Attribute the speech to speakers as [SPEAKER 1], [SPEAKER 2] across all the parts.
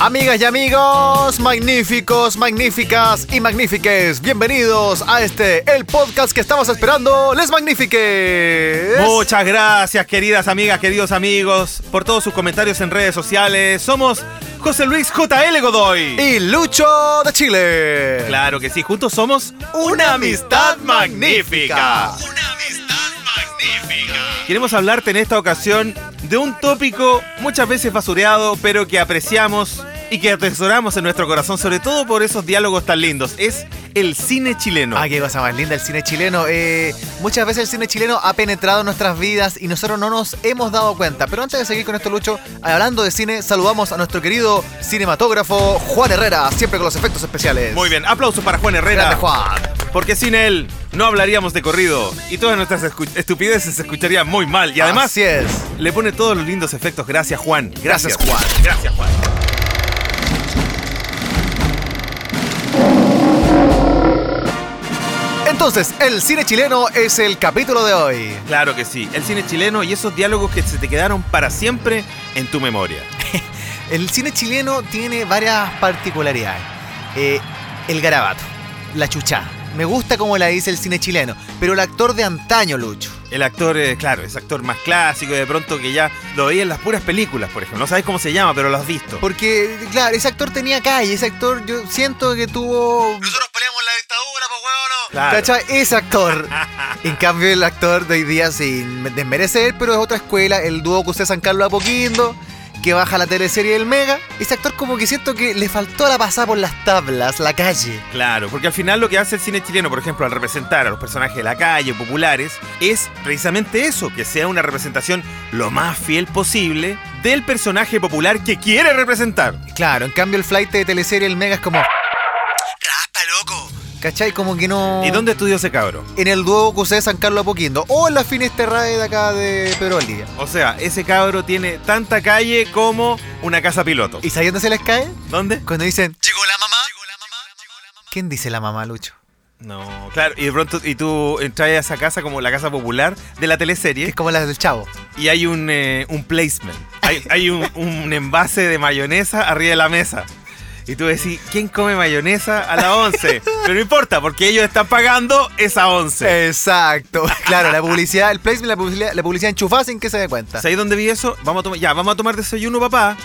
[SPEAKER 1] Amigas y amigos, magníficos, magníficas y magnífiques, bienvenidos a este, el podcast que estamos esperando, Les Magnifiques.
[SPEAKER 2] Muchas gracias, queridas amigas, queridos amigos, por todos sus comentarios en redes sociales. Somos José Luis JL Godoy.
[SPEAKER 1] Y Lucho de Chile.
[SPEAKER 2] Claro que sí, juntos somos una amistad magnífica. Queremos hablarte en esta ocasión de un tópico muchas veces basureado, pero que apreciamos y que atesoramos en nuestro corazón, sobre todo por esos diálogos tan lindos. Es el cine chileno.
[SPEAKER 1] Ah, qué cosa más linda el cine chileno. Eh, muchas veces el cine chileno ha penetrado en nuestras vidas y nosotros no nos hemos dado cuenta. Pero antes de seguir con esto, Lucho, hablando de cine, saludamos a nuestro querido cinematógrafo Juan Herrera, siempre con los efectos especiales.
[SPEAKER 2] Muy bien, aplausos para Juan Herrera.
[SPEAKER 1] Grande Juan.
[SPEAKER 2] Porque sin él no hablaríamos de corrido y todas nuestras escu- estupideces se escucharían muy mal. Y además
[SPEAKER 1] Así es.
[SPEAKER 2] le pone todos los lindos efectos. Gracias, Juan. Gracias,
[SPEAKER 1] Gracias, Juan.
[SPEAKER 2] Gracias, Juan.
[SPEAKER 1] Entonces, el cine chileno es el capítulo de hoy.
[SPEAKER 2] Claro que sí. El cine chileno y esos diálogos que se te quedaron para siempre en tu memoria.
[SPEAKER 1] El cine chileno tiene varias particularidades. Eh, el garabato, la chucha. Me gusta como la dice el cine chileno, pero el actor de antaño, Lucho.
[SPEAKER 2] El actor, eh, claro, es actor más clásico y de pronto que ya lo veía en las puras películas, por ejemplo. No sabes cómo se llama, pero lo has visto.
[SPEAKER 1] Porque, claro, ese actor tenía calle, ese actor yo siento que tuvo...
[SPEAKER 3] Nosotros peleamos la dictadura, pues huevón.
[SPEAKER 2] Claro.
[SPEAKER 1] ¿Cachai? Ese actor. En cambio, el actor de hoy día, sin desmerecer, pero es otra escuela, el dúo que usted San Carlos Apoquindo, que baja la teleserie del Mega. Ese actor como que siento que le faltó la pasada por las tablas, la calle.
[SPEAKER 2] Claro, porque al final lo que hace el cine chileno, por ejemplo, al representar a los personajes de la calle, populares, es precisamente eso, que sea una representación lo más fiel posible del personaje popular que quiere representar.
[SPEAKER 1] Claro, en cambio el flight de teleserie del Mega es como,
[SPEAKER 3] Raspa, loco.
[SPEAKER 1] ¿cachai? Como que no...
[SPEAKER 2] ¿Y dónde estudió ese cabro?
[SPEAKER 1] En el dúo que usted San Carlos Apoquindo, o en la finisterrae de acá de Pedro Valdivia.
[SPEAKER 2] O sea, ese cabro tiene tanta calle como una casa piloto.
[SPEAKER 1] ¿Y sabes dónde se les cae?
[SPEAKER 2] ¿Dónde?
[SPEAKER 1] Cuando dicen,
[SPEAKER 3] Llegó la mamá. Llegó la mamá.
[SPEAKER 1] ¿quién dice la mamá, Lucho?
[SPEAKER 2] No, claro, y de pronto y tú entras a esa casa como la casa popular de la
[SPEAKER 1] Que es
[SPEAKER 2] teleserie
[SPEAKER 1] como la del chavo.
[SPEAKER 2] y hay un, eh, un placement, hay, hay un, un envase de mayonesa arriba de la mesa. Y tú decís, ¿quién come mayonesa a la 11? Pero no importa, porque ellos están pagando esa
[SPEAKER 1] Eh,
[SPEAKER 2] 11.
[SPEAKER 1] Exacto. Claro, la publicidad, el placement, la publicidad, la publicidad enchufada sin que se dé cuenta.
[SPEAKER 2] ¿Sabéis dónde vi eso? Vamos a tomar, ya, vamos a tomar desayuno, papá.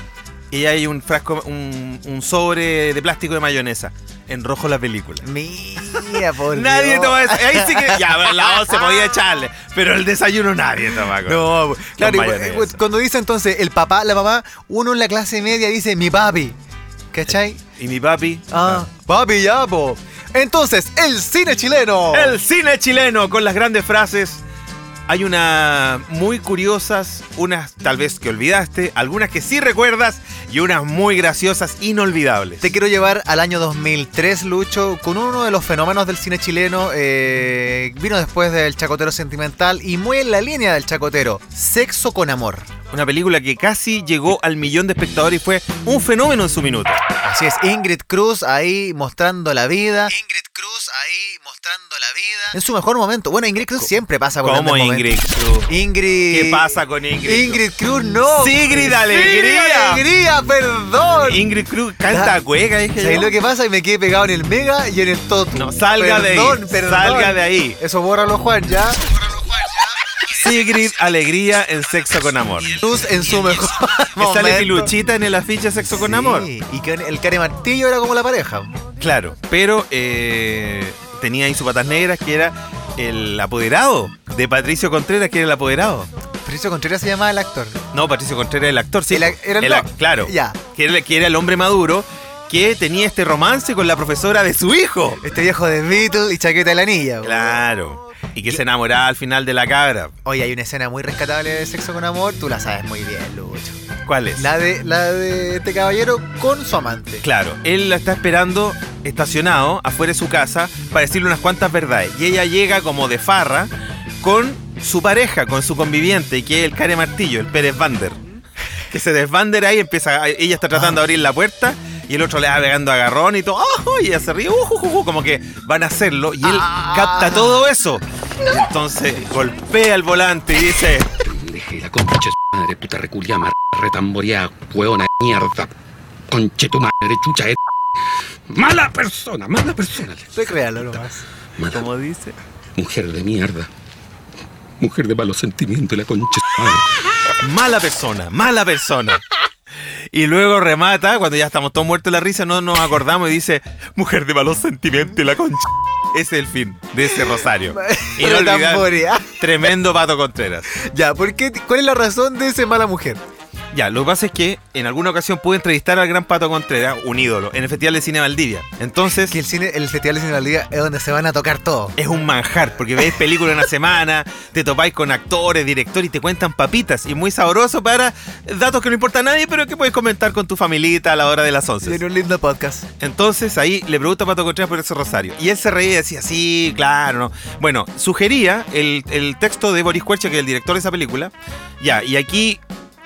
[SPEAKER 2] Y hay un frasco, un, un sobre de plástico de mayonesa. En rojo la película.
[SPEAKER 1] Mira, por
[SPEAKER 2] Nadie
[SPEAKER 1] Dios.
[SPEAKER 2] toma eso. Ahí sí que. Ya, bueno, la 11 podía echarle. Pero el desayuno nadie toma. con-
[SPEAKER 1] No, claro,
[SPEAKER 2] con
[SPEAKER 1] y- eh,
[SPEAKER 2] mayonesa.
[SPEAKER 1] cuando dice entonces el papá, la mamá, uno en la clase media dice mi papi. ¿Cachai?
[SPEAKER 2] Y mi papi.
[SPEAKER 1] Ah, papi ya, po. Entonces, el cine chileno.
[SPEAKER 2] Ah. El cine chileno con las grandes frases. Hay unas muy curiosas, unas tal vez que olvidaste, algunas que sí recuerdas y unas muy graciosas, inolvidables.
[SPEAKER 1] Te quiero llevar al año 2003, Lucho, con uno de los fenómenos del cine chileno. eh, vino después del Chacotero Sentimental y muy en la línea del Chacotero. Sexo con amor.
[SPEAKER 2] Una película que casi llegó al millón de espectadores y fue un fenómeno en su minuto.
[SPEAKER 1] Así es, Ingrid Cruz ahí mostrando la vida.
[SPEAKER 3] Ingrid Cruz ahí mostrando la vida.
[SPEAKER 1] En su mejor momento. Bueno, Ingrid Cruz siempre pasa por
[SPEAKER 2] Como
[SPEAKER 1] grandes momentos.
[SPEAKER 2] Ingrid Cruz.
[SPEAKER 1] Ingrid.
[SPEAKER 2] ¿Qué pasa con Ingrid? Cruz?
[SPEAKER 1] Ingrid Cruz, no.
[SPEAKER 2] Sigrid Alegría.
[SPEAKER 1] Alegría, perdón.
[SPEAKER 2] Ingrid Cruz canta a cueca, dije
[SPEAKER 1] ¿Sabes
[SPEAKER 2] yo.
[SPEAKER 1] lo que pasa? Y me quedé pegado en el mega y en el totu.
[SPEAKER 2] No, salga de ahí,
[SPEAKER 1] Perdón, perdón.
[SPEAKER 2] salga de ahí.
[SPEAKER 1] Eso bórralo, Juan, ya.
[SPEAKER 3] Bórralo, Juan, ya.
[SPEAKER 2] Sigrid Alegría en Sexo con Amor.
[SPEAKER 1] Cruz en su mejor
[SPEAKER 2] Que
[SPEAKER 1] momento.
[SPEAKER 2] sale Piluchita en el afiche Sexo con
[SPEAKER 1] Sí,
[SPEAKER 2] Amor.
[SPEAKER 1] Y que el Care Martillo era como la pareja.
[SPEAKER 2] Claro, pero eh, tenía ahí sus patas negras que era el apoderado de Patricio Contreras, que era el apoderado.
[SPEAKER 1] Patricio Contreras se llamaba el actor.
[SPEAKER 2] No, Patricio Contreras era el actor, sí.
[SPEAKER 1] El ac- era el
[SPEAKER 2] ac-
[SPEAKER 1] doc.
[SPEAKER 2] Claro,
[SPEAKER 1] Ya.
[SPEAKER 2] Que, era, que era el hombre maduro que tenía este romance con la profesora de su hijo.
[SPEAKER 1] Este viejo de Beatle y chaqueta de la anilla. güey.
[SPEAKER 2] Claro, y que se enamoraba al final de la cabra.
[SPEAKER 1] Oye, hay una escena muy rescatable de sexo con amor. Tú la sabes muy bien, Lucho.
[SPEAKER 2] ¿Cuál es?
[SPEAKER 1] La de, la de este caballero con su amante.
[SPEAKER 2] Claro, él la está esperando estacionado afuera de su casa para decirle unas cuantas verdades. Y ella llega como de farra con su pareja, con su conviviente, que es el Care Martillo, el Pérez Vander. Que se desbander ahí, empieza, ella está tratando de
[SPEAKER 1] Ah.
[SPEAKER 2] abrir la puerta y el otro le va pegando agarrón y todo. ¡Ah! Y ella se ríe, ¡uh, uh, uh, uh! como que van a hacerlo. Y él
[SPEAKER 1] Ah.
[SPEAKER 2] capta todo eso Y entonces golpea el volante y dice,
[SPEAKER 4] Deje la concha su madre, puta reculia, mar, retamborea, hueona, mierda. Conche tu madre, chucha, eh. Mala persona, mala persona.
[SPEAKER 1] Recréalo nomás.
[SPEAKER 4] Mala
[SPEAKER 1] Como dice.
[SPEAKER 4] mujer de mierda. Mujer de malos sentimientos, la concha su madre.
[SPEAKER 2] mala persona, mala persona. Y luego remata, cuando ya estamos todos muertos de la risa, no nos acordamos y dice, mujer de malos sentimientos y la concha. Ese es el fin de ese rosario. Y no olvidar,
[SPEAKER 1] Tambores. Ah,
[SPEAKER 2] tremendo Pato Contreras.
[SPEAKER 1] Ya, ¿por qué? ¿Cuál es la razón de ese mala mujer?
[SPEAKER 2] Ya, lo que pasa es que en alguna ocasión pude entrevistar al gran Pato Contreras, un ídolo, en el Festival de Cine Valdivia. Entonces,
[SPEAKER 1] Que el cine, el festival de cine de la liga es donde se van a tocar todo.
[SPEAKER 2] es un manjar, porque veis películas una semana, te topáis con actores, directores y te cuentan papitas. Y muy sabroso para datos que no importa a nadie, pero que puedes comentar con tu familita a la hora de las 11.
[SPEAKER 1] Tiene un lindo podcast.
[SPEAKER 2] Entonces ahí le pregunto a Pato Contreras por ese rosario. Y él se reía y decía, sí, claro. no". Bueno, sugería el, el texto de Boris Cuercha, que es el director de esa película. Ya, y aquí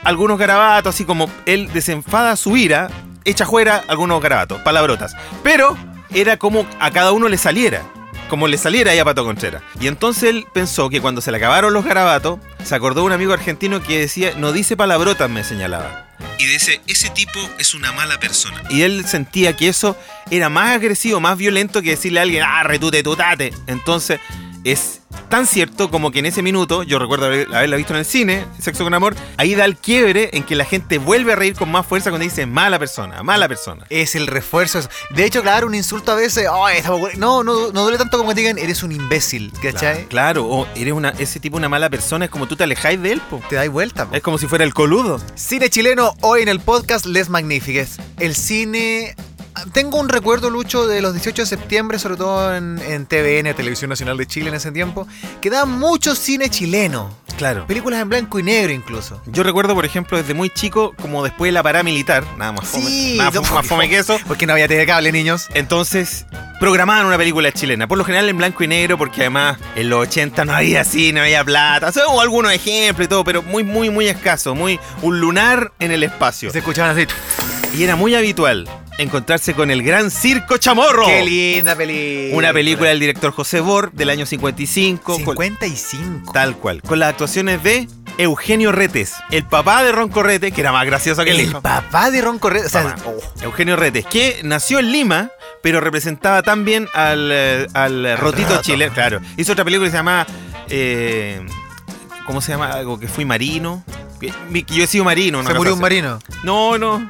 [SPEAKER 2] algunos garabatos, así como él desenfada su ira, echa fuera algunos garabatos, palabrotas. Pero era como a cada uno le saliera. Como le saliera ahí a Pato Contreras. Y entonces él pensó que cuando se le acabaron los garabatos, se acordó de un amigo argentino que decía, no dice palabrotas, me señalaba.
[SPEAKER 4] Y dice, ese tipo es una mala persona.
[SPEAKER 2] Y él sentía que eso era más agresivo, más violento que decirle a alguien, ah, retute, tutate. Entonces, es tan cierto como que en ese minuto, yo recuerdo haber- haberla visto en el cine, Sexo con Amor, ahí da el quiebre en que la gente vuelve a reír con más fuerza cuando dice mala persona, mala persona.
[SPEAKER 1] Es el refuerzo. es- De hecho, claro, un insulto a veces. "Ay, esta mujer-". no, no, no duele tanto como que te digan, eres un imbécil, ¿cachai?
[SPEAKER 2] Claro, o eres una, ese tipo una mala persona, es como tú te alejáis de él, po.
[SPEAKER 1] Te dais vuelta. po.
[SPEAKER 2] Es como si fuera el coludo.
[SPEAKER 1] Cine chileno, hoy en el podcast Les Magnifiques. El cine. Tengo un recuerdo, Lucho, de los 18 de septiembre, sobre todo en, en TVN, Televisión Nacional de Chile en ese tiempo, que da mucho cine chileno.
[SPEAKER 2] Claro.
[SPEAKER 1] Películas en blanco y negro incluso.
[SPEAKER 2] Yo recuerdo, por ejemplo, desde muy chico, como después de la paramilitar, nada más fome,
[SPEAKER 1] Sí,
[SPEAKER 2] nada
[SPEAKER 1] no,
[SPEAKER 2] más fome que eso,
[SPEAKER 1] Porque no había tele de cable, niños.
[SPEAKER 2] Entonces, programaban una película chilena, por lo general en blanco y negro, porque además en los 80 no había cine, no había plata, o sea, hubo algunos ejemplos y todo, pero muy, muy, muy escaso, muy un lunar en el espacio.
[SPEAKER 1] Se escuchaban así.
[SPEAKER 2] Y era muy habitual encontrarse con el gran Circo Chamorro.
[SPEAKER 1] ¡Qué linda película!
[SPEAKER 2] Una película del director José Bor del año 55, con-
[SPEAKER 1] 55.
[SPEAKER 2] tal cual, con las actuaciones de Eugenio Retes, el papá de Ron Correte, que era más gracioso que el
[SPEAKER 1] El
[SPEAKER 2] hijo.
[SPEAKER 1] papá de Ron Correa. O sea,
[SPEAKER 2] Papá. Eugenio Retes, que nació en Lima, pero representaba tan bien al, eh, al, eh, rotito
[SPEAKER 1] rato.
[SPEAKER 2] chileno, claro. Hizo otra película que se llama, eh, ¿cómo se llama? Algo que fui marino. Que- mi- que Yo he sido marino. una
[SPEAKER 1] se
[SPEAKER 2] cosa
[SPEAKER 1] murió un
[SPEAKER 2] así.
[SPEAKER 1] marino.
[SPEAKER 2] No, no.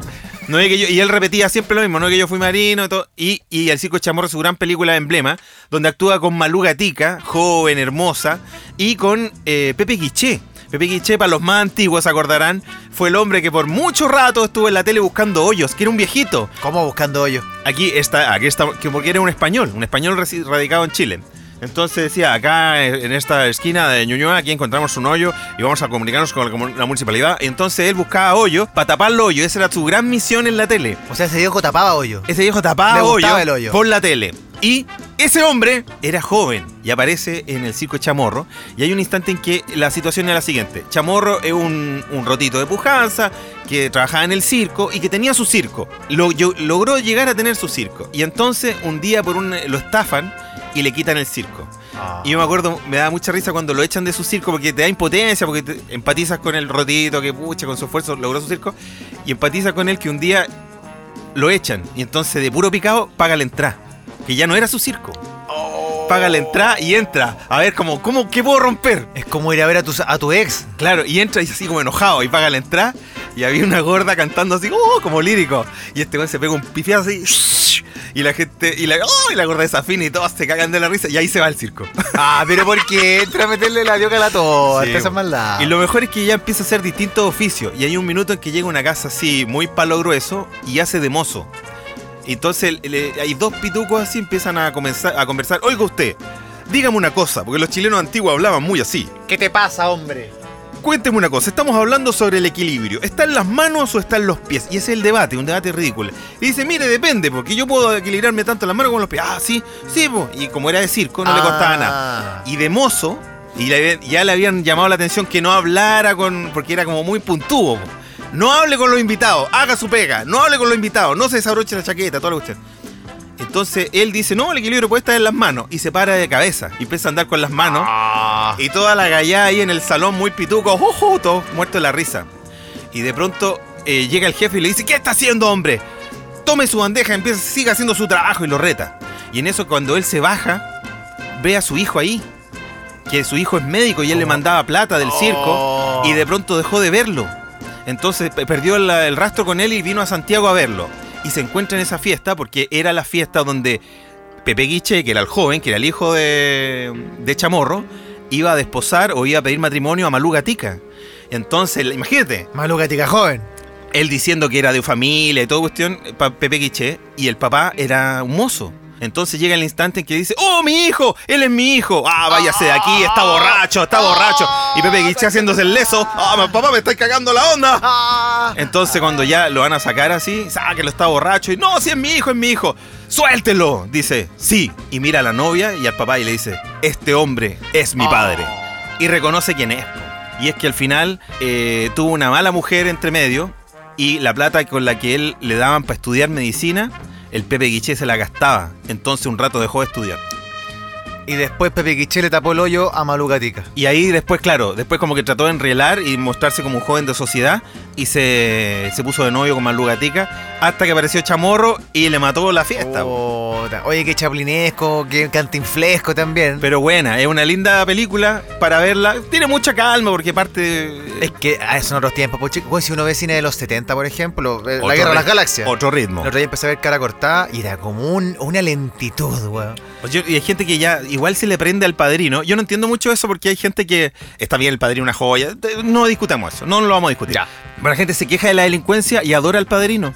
[SPEAKER 2] No es que yo, y él repetía siempre lo mismo, no es que yo fui marino y todo. Y, y El Circo Chamorro, su gran película emblema, donde actúa con Malú Gatica, joven, hermosa, y con eh, Pepe Guiché. Pepe Guiché, para los más antiguos, se acordarán, fue el hombre que por mucho rato estuvo en la tele buscando hoyos, que era un viejito.
[SPEAKER 1] ¿Cómo buscando hoyo?
[SPEAKER 2] Aquí está, aquí está, que porque era un español, un español resi- radicado en Chile. Entonces decía, acá eh, en esta esquina de Ñuñoa, aquí encontramos un hoyo y vamos a comunicarnos con la comun- la municipalidad. Y entonces él buscaba hoyos para tapar el hoyo, esa era su gran misión en la tele.
[SPEAKER 1] O sea, ese viejo tapaba hoyo.
[SPEAKER 2] Ese viejo
[SPEAKER 1] Le
[SPEAKER 2] tapaba hoyo,
[SPEAKER 1] gustaba el hoyo.
[SPEAKER 2] por la tele. Y ese hombre era joven y aparece en el circo Chamorro. Y hay un instante en que la situación es la siguiente. Chamorro es un, un rotito de pujanza que trabajaba en el circo y que tenía su circo. Lo- yo- logró llegar a tener su circo. Y entonces un día por un, lo estafan y le quitan el circo.
[SPEAKER 1] Ah.
[SPEAKER 2] Y yo me acuerdo, me da mucha risa cuando lo echan de su circo porque te da impotencia, porque te- empatizas con el rotito que pucha, con su esfuerzo logró su circo, y empatizas con él que un día lo echan y entonces de puro picado paga la entrada, que ya no era su circo. Paga la entrada y entra. A ver, como, ¿cómo, ¿qué puedo romper?
[SPEAKER 1] Es como ir a ver a tu, a tu ex.
[SPEAKER 2] Claro, y entra y así como enojado y paga la entrada. Y había una gorda cantando así, ¡oh! como lírico. Y este güey se pega un pifiazo así. ¡shh! Y la gente, y la, ¡oh! y la gorda desafina y todos se cagan de la risa. Y ahí se va el circo.
[SPEAKER 1] Ah, pero ¿por qué entra a meterle la dioca a la torta?
[SPEAKER 2] Sí,
[SPEAKER 1] esa es
[SPEAKER 2] bueno.
[SPEAKER 1] maldad.
[SPEAKER 2] Y lo mejor es que ya empieza a hacer distintos oficios. Y hay un minuto en que llega una casa así, muy palo grueso, y hace de mozo. Entonces le- hay dos pitucos así, empiezan a, comenzar, a conversar. Oiga usted, dígame una cosa, porque los chilenos antiguos hablaban muy así.
[SPEAKER 1] ¿Qué te pasa, hombre?
[SPEAKER 2] Cuénteme una cosa, estamos hablando sobre el equilibrio. ¿Está en las manos o está en los pies? Y ese es el debate, un debate ridículo. Y dice, mire, depende, porque yo puedo equilibrarme tanto en las manos como en los pies. Ah, sí, sí, po. y como era de circo,
[SPEAKER 1] Ah.
[SPEAKER 2] no le costaba nada y de mozo, y le- ya le habían llamado la atención que no hablara con. porque era como muy puntúo. po. No hable con los invitados, haga su pega, no hable con los invitados, no se desabroche la chaqueta, todo lo que usted. Entonces él dice, no, el equilibrio puede estar en las manos. Y se para de cabeza y empieza a andar con las manos.
[SPEAKER 1] Ah.
[SPEAKER 2] Y toda la gallá ahí en el salón muy pituco, ojo, todo muerto de la risa. Y de pronto eh, llega el jefe y le dice, ¿qué está haciendo, hombre? Tome su bandeja, empieza, siga haciendo su trabajo y lo reta. Y en eso cuando él se baja, ve a su hijo ahí. Que su hijo es médico y él le mandaba plata del circo y de pronto dejó de verlo. Entonces pe- perdió la- el rastro con él y vino a Santiago a verlo. Y se encuentra en esa fiesta porque era la fiesta donde Pepe Guiche, que era el joven, que era el hijo de, de Chamorro, iba a desposar o iba a pedir matrimonio a Malú Gatica. Entonces, imagínate,
[SPEAKER 1] Malu Gatica joven.
[SPEAKER 2] él diciendo que era de familia y toda cuestión, pa- Pepe Quiche, y el papá era un mozo. Entonces llega el instante en que dice, ¡Oh, mi hijo! ¡Él es mi hijo! ¡Ah, váyase de aquí! ¡Está borracho! ¡Está borracho! Y Pepe Quiche haciéndose el leso. ¡Ah, ma- papá, me estáis cagando la onda! Ah. Entonces cuando ya lo van a sacar así, sáquelo, está borracho. Y, ¡No, si es mi hijo, es mi hijo! ¡Suéltelo! Dice, sí. Y mira a la novia y al papá y le dice, este hombre es
[SPEAKER 1] Ah.
[SPEAKER 2] mi padre. Y reconoce quién es. po. Y es que al final eh, tuvo una mala mujer entre medio y la plata con la que él le daban para estudiar medicina, el Pepe Guiché se la gastaba. Entonces un rato dejó de estudiar.
[SPEAKER 1] Y después Pepe Quiche le tapó el hoyo a Malu Gatica.
[SPEAKER 2] Y ahí después, claro, después como que trató de enrielar y mostrarse como un joven de sociedad y se, se puso de novio con Malu Gatica hasta que apareció Chamorro y le mató la fiesta.
[SPEAKER 1] Oh.
[SPEAKER 2] po.
[SPEAKER 1] Puta. Oye, qué chaplinesco, qué cantinflesco también.
[SPEAKER 2] Pero buena, es una linda película para verla. Tiene mucha calma porque parte...
[SPEAKER 1] es que ah, son otros tiempos, pues chicos. Pues, si uno ve cine de los 70, por ejemplo, eh, La
[SPEAKER 2] otro
[SPEAKER 1] Guerra de las
[SPEAKER 2] rit-
[SPEAKER 1] Galaxias.
[SPEAKER 2] Otro ritmo.
[SPEAKER 1] El otro día empecé a ver cara cortada y era como un- una lentitud, weón.
[SPEAKER 2] Pues yo- y hay gente que ya igual se le prende al padrino. Yo no entiendo mucho eso porque hay gente que está bien el padrino una joya. Te- No discutamos eso, no lo vamos a discutir. Pero la gente se queja de la delincuencia y adora al padrino.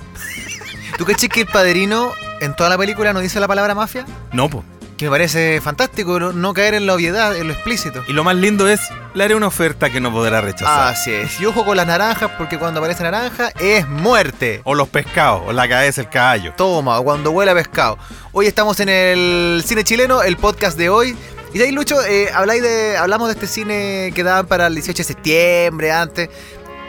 [SPEAKER 1] ¿Tú caché que el padrino en toda la película no dice la palabra mafia?
[SPEAKER 2] No, po.
[SPEAKER 1] Que me parece fantástico no, no caer en la obviedad, en lo explícito.
[SPEAKER 2] Y lo más lindo es, le haré una oferta que no podrá rechazar.
[SPEAKER 1] Así es. Y ojo con las naranjas, porque cuando aparece naranja es muerte.
[SPEAKER 2] O los pescados, o la cabeza, el caballo.
[SPEAKER 1] Toma, o cuando huele a pescado. Hoy estamos en el cine chileno, el podcast de hoy. Y de ahí, Lucho, eh, habláis de, hablamos de este cine que daban para el 18 de septiembre, antes.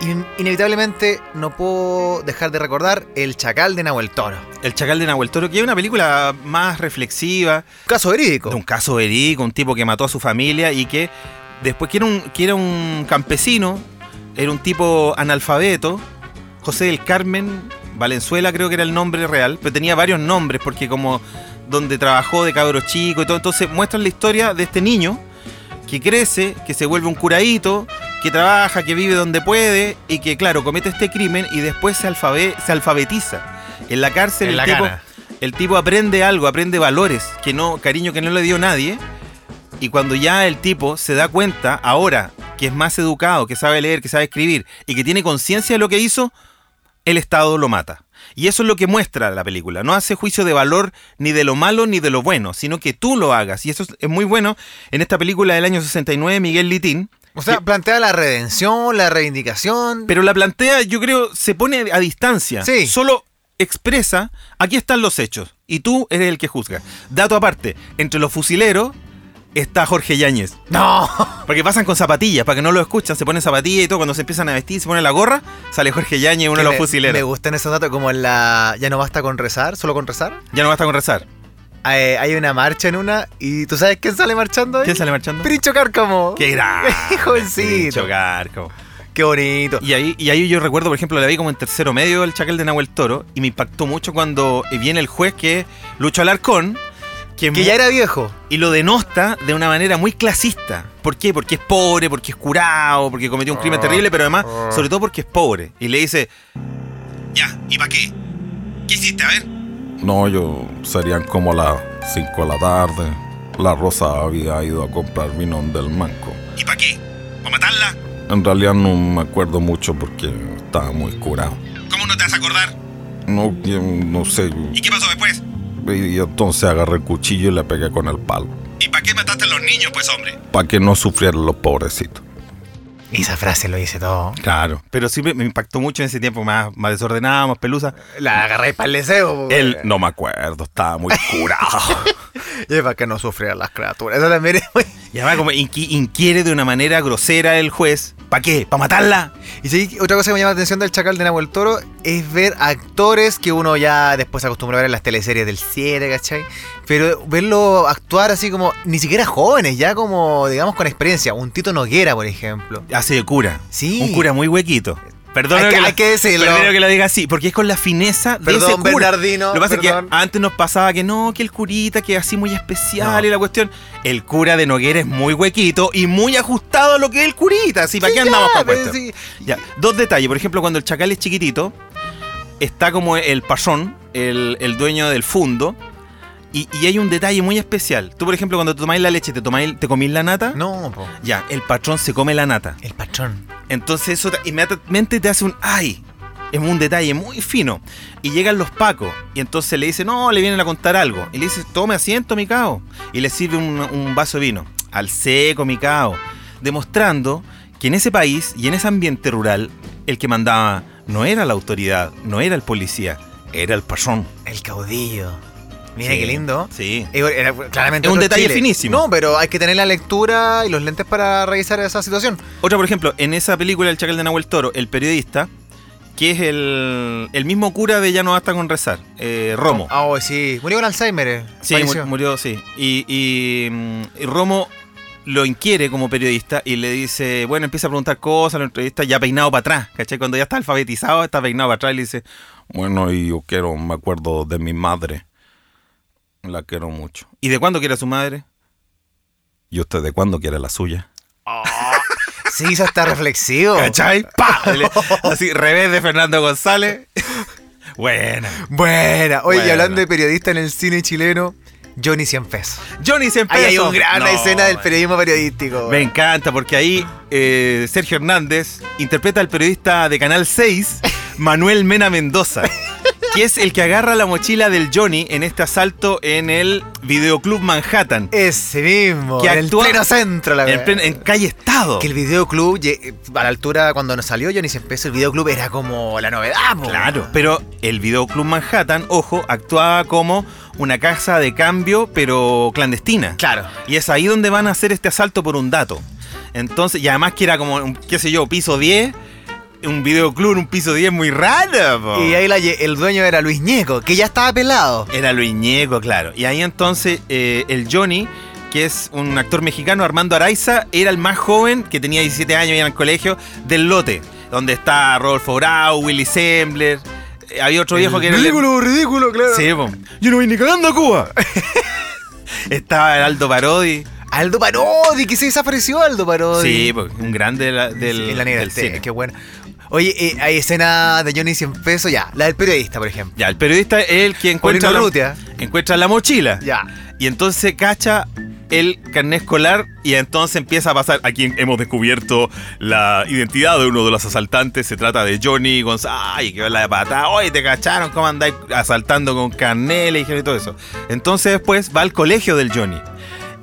[SPEAKER 1] In- inevitablemente no puedo dejar de recordar El Chacal de Nahuel Toro.
[SPEAKER 2] El chacal de Nahuel Toro, que es una película más reflexiva,
[SPEAKER 1] Caso verídico.
[SPEAKER 2] de un caso verídico, un tipo que mató a su familia y que después que era un, que era un campesino, era un tipo analfabeto, José del Carmen Valenzuela creo que era el nombre real, pero tenía varios nombres porque como donde trabajó de cabro chico y todo, entonces muestran la historia de este niño que crece, que se vuelve un curadito, que trabaja, que vive donde puede y que claro, comete este crimen y después se, alfabe- se alfabetiza. En la cárcel
[SPEAKER 1] En
[SPEAKER 2] el
[SPEAKER 1] la
[SPEAKER 2] tipo-
[SPEAKER 1] cana.
[SPEAKER 2] el tipo aprende algo, aprende valores, que no, cariño que no le dio nadie. Y cuando ya el tipo se da cuenta, ahora, que es más educado, que sabe leer, que sabe escribir y que tiene conciencia de lo que hizo, el Estado lo mata. Y eso es lo que muestra la película. No hace juicio de valor ni de lo malo ni de lo bueno, sino que tú lo hagas. Y eso es- es muy bueno en esta película del año 69, Miguel Litín.
[SPEAKER 1] O sea, plantea la redención, la reivindicación.
[SPEAKER 2] Pero la plantea, yo creo, se pone a distancia.
[SPEAKER 1] Sí.
[SPEAKER 2] Solo expresa, aquí están los hechos. Y tú eres el que juzga. Dato aparte, entre los fusileros está Jorge Yáñez.
[SPEAKER 1] ¡No!
[SPEAKER 2] Porque pasan con zapatillas, para que no lo escuchan, se ponen zapatillas y todo. Cuando se empiezan a vestir, se pone la gorra, sale Jorge Yáñez, uno de los
[SPEAKER 1] Me-
[SPEAKER 2] fusileros.
[SPEAKER 1] Me gustan esos datos como en la... Ya no basta con rezar, solo con rezar.
[SPEAKER 2] Ya no basta con rezar.
[SPEAKER 1] Eh, hay una marcha en una y ¿tú sabes quién sale marchando ahí?
[SPEAKER 2] ¿Quién sale marchando?
[SPEAKER 1] Princho Cárcamo.
[SPEAKER 2] ¡Qué grande!
[SPEAKER 1] Jovencito.
[SPEAKER 2] Chocar, como-
[SPEAKER 1] Qué bonito.
[SPEAKER 2] Y ahí, y ahí yo recuerdo, por ejemplo, la vi como en tercero medio el chacal de Nahuel Toro y me impactó mucho cuando viene el juez que es Lucho Alarcón, que, es
[SPEAKER 1] Que
[SPEAKER 2] muy-
[SPEAKER 1] ya era viejo.
[SPEAKER 2] y lo denosta de una manera muy clasista. ¿Por qué? Porque es pobre, porque es curado, porque cometió un crimen
[SPEAKER 5] Ah,
[SPEAKER 2] terrible, pero además, sobre todo porque es pobre. Y le dice, ya, ¿y para qué? ¿Qué hiciste? A ver.
[SPEAKER 5] No, yo serían como las 5 de la tarde. La Rosa había ido a comprar vino del Manco.
[SPEAKER 2] ¿Y para qué? ¿Para matarla?
[SPEAKER 5] En realidad no me acuerdo mucho porque estaba muy curado.
[SPEAKER 2] ¿Cómo no te vas a acordar?
[SPEAKER 5] No, que- no sé.
[SPEAKER 2] qué pasó después?
[SPEAKER 5] Y, y entonces agarré el cuchillo y le pegué con el palo.
[SPEAKER 2] ¿Y para qué mataste a los niños, pues, hombre?
[SPEAKER 5] Para que no sufrieran los pobrecitos.
[SPEAKER 1] Esa frase lo dice todo.
[SPEAKER 2] Claro, pero sí me, me impactó mucho en ese tiempo, más, más desordenado, más pelusa.
[SPEAKER 1] La agarré para el deseo. po.
[SPEAKER 5] Él, no me acuerdo, estaba muy curado.
[SPEAKER 1] Y es para que no sufrieran las criaturas. Eso también es muy-
[SPEAKER 2] Y además como inqui- inquiere de una manera grosera el juez ¿Para qué? ¿Para matarla?
[SPEAKER 1] Y sí, otra cosa que me llama la atención del Chacal de Nahuel Toro es ver actores que uno ya después se acostumbra a ver en las teleseries del 7, ¿cachai? Pero verlo actuar así como, ni siquiera jóvenes, ya como, digamos, con experiencia. Un Tito Noguera, por ejemplo.
[SPEAKER 2] Hace de cura.
[SPEAKER 1] Sí.
[SPEAKER 2] Un cura muy huequito. Perdón
[SPEAKER 1] Hay que- hay que decirlo.
[SPEAKER 2] Primero que lo diga así, porque es con la fineza de
[SPEAKER 1] Perdón,
[SPEAKER 2] ese cura.
[SPEAKER 1] Bernardino,
[SPEAKER 2] Lo que pasa
[SPEAKER 1] perdón.
[SPEAKER 2] es que antes nos pasaba que no, que el curita, que así muy especial
[SPEAKER 1] No.
[SPEAKER 2] y la cuestión. El cura de Noguera es muy huequito y muy ajustado a lo que es el curita. Así, ¿para
[SPEAKER 1] Sí,
[SPEAKER 2] qué
[SPEAKER 1] ya,
[SPEAKER 2] andamos para
[SPEAKER 1] pero
[SPEAKER 2] cuestión?
[SPEAKER 1] sí.
[SPEAKER 2] Ya, dos detalles. Por ejemplo, cuando el chacal es chiquitito, está como el pasón, el, el dueño del fundo. Y, y hay un detalle muy especial. Tú, por ejemplo, cuando te tomáis la leche, te, tomáis, te comís la nata.
[SPEAKER 1] No, po,
[SPEAKER 2] Ya, el patrón se come la nata.
[SPEAKER 1] el patrón.
[SPEAKER 2] Entonces eso te- inmediatamente te hace un ay. Es un detalle muy fino. Y llegan los pacos. Y entonces le dicen, no, le vienen a contar algo. Y le dice, tome asiento, mi cao. Y le sirve un, un vaso de vino. Al seco, mi cao. Demostrando que en ese país y en ese ambiente rural, el que mandaba no era la autoridad, no era el policía, era el pasón.
[SPEAKER 1] El caudillo. Mira
[SPEAKER 2] Sí,
[SPEAKER 1] qué lindo.
[SPEAKER 2] Sí.
[SPEAKER 1] Eh, Era claramente
[SPEAKER 2] Es un
[SPEAKER 1] otro
[SPEAKER 2] detalle
[SPEAKER 1] Chile.
[SPEAKER 2] finísimo.
[SPEAKER 1] No, pero hay que tener la lectura y los lentes para revisar esa situación.
[SPEAKER 2] Otra, por ejemplo, en esa película El Chacal de Nahuel Toro, el periodista, que es el, el mismo cura de Ya no basta con rezar, eh, Romo.
[SPEAKER 1] Ah, oh, sí. Murió con Alzheimer. eh.
[SPEAKER 2] Sí,
[SPEAKER 1] Falleció.
[SPEAKER 2] mur- murió, sí. Y, y, mm, y Romo lo inquiere como periodista y le dice, bueno, empieza a preguntar cosas, lo entrevista ya peinado para atrás, ¿cachai? Cuando ya está alfabetizado, está peinado para atrás y le dice,
[SPEAKER 5] Bueno, y yo quiero, me acuerdo de mi madre. La quiero mucho.
[SPEAKER 2] ¿y de cuándo que era su madre?
[SPEAKER 5] ¿Y usted de cuándo quiere la suya?
[SPEAKER 1] Se hizo hasta reflexivo.
[SPEAKER 2] ¿Cachai? ¡Pa! Le- Así, revés de Fernando González. Buena.
[SPEAKER 1] Buena. Oye, y
[SPEAKER 2] Buena.
[SPEAKER 1] hablando de periodista en el cine chileno, Johnny 100 pesos.
[SPEAKER 2] Johnny siempre
[SPEAKER 1] Ahí hay una gran
[SPEAKER 2] No,
[SPEAKER 1] escena del
[SPEAKER 2] man.
[SPEAKER 1] periodismo periodístico.
[SPEAKER 2] Me encanta porque ahí eh, Sergio Hernández interpreta al periodista de Canal 6, Manuel Mena Mendoza, que es el que agarra la mochila del Johnny en este asalto en el Videoclub Manhattan,
[SPEAKER 1] Eh, Ese mismo.
[SPEAKER 2] Que
[SPEAKER 1] en
[SPEAKER 2] actúa-
[SPEAKER 1] el pleno centro, la
[SPEAKER 2] en,
[SPEAKER 1] verdad.
[SPEAKER 2] plen- en calle Estado.
[SPEAKER 1] Que el videoclub, ye- a la altura cuando nos salió Johnny 100 pesos, el videoclub era como la novedad, po.
[SPEAKER 2] Claro, pero el Videoclub Manhattan, ojo, actuaba como una casa de cambio, pero clandestina.
[SPEAKER 1] Claro.
[SPEAKER 2] Y es ahí donde van a hacer este asalto por un dato. Entonces, y además que era como, un, qué sé yo, piso 10, un videoclub en un piso 10 muy raro. po.
[SPEAKER 1] Y ahí la lle- el dueño era Luis Ñeco, que ya estaba pelado.
[SPEAKER 2] Era Luis Ñeco, claro. Y ahí entonces eh, el Johnny, que es un actor mexicano, Armando Araiza, era el más joven, que tenía 17 años y era en el colegio, del lote, donde está Rodolfo Grau, Willy Sembler. eh, Había otro viejo que era. el-
[SPEAKER 1] ridículo, claro.
[SPEAKER 2] Sí, po. Yo no voy ni cagando a Cuba. Estaba el Aldo Parodi.
[SPEAKER 1] Aldo Parodi, que se desapareció Aldo Parodi.
[SPEAKER 2] Sí, po, un grande de la- del,
[SPEAKER 1] Sí, la negra este,
[SPEAKER 2] del
[SPEAKER 1] sí,
[SPEAKER 2] cine.
[SPEAKER 1] Qué bueno. Oye, eh, hay escena de Johnny 100 pesos, ya. La del periodista, por ejemplo.
[SPEAKER 2] Ya, el periodista es el que encuentra
[SPEAKER 1] Paulino
[SPEAKER 2] la,
[SPEAKER 1] Rutia.
[SPEAKER 2] encuentra la mochila.
[SPEAKER 1] Ya.
[SPEAKER 2] Y entonces cacha el carnet escolar y entonces empieza a pasar. Aquí hemos descubierto la identidad de uno de los asaltantes. Se trata de Johnny González. Ay, qué la de patada. Oye, te cacharon, ¿cómo andáis asaltando con carnet? Le dijeron y todo eso. Entonces después va al colegio del Johnny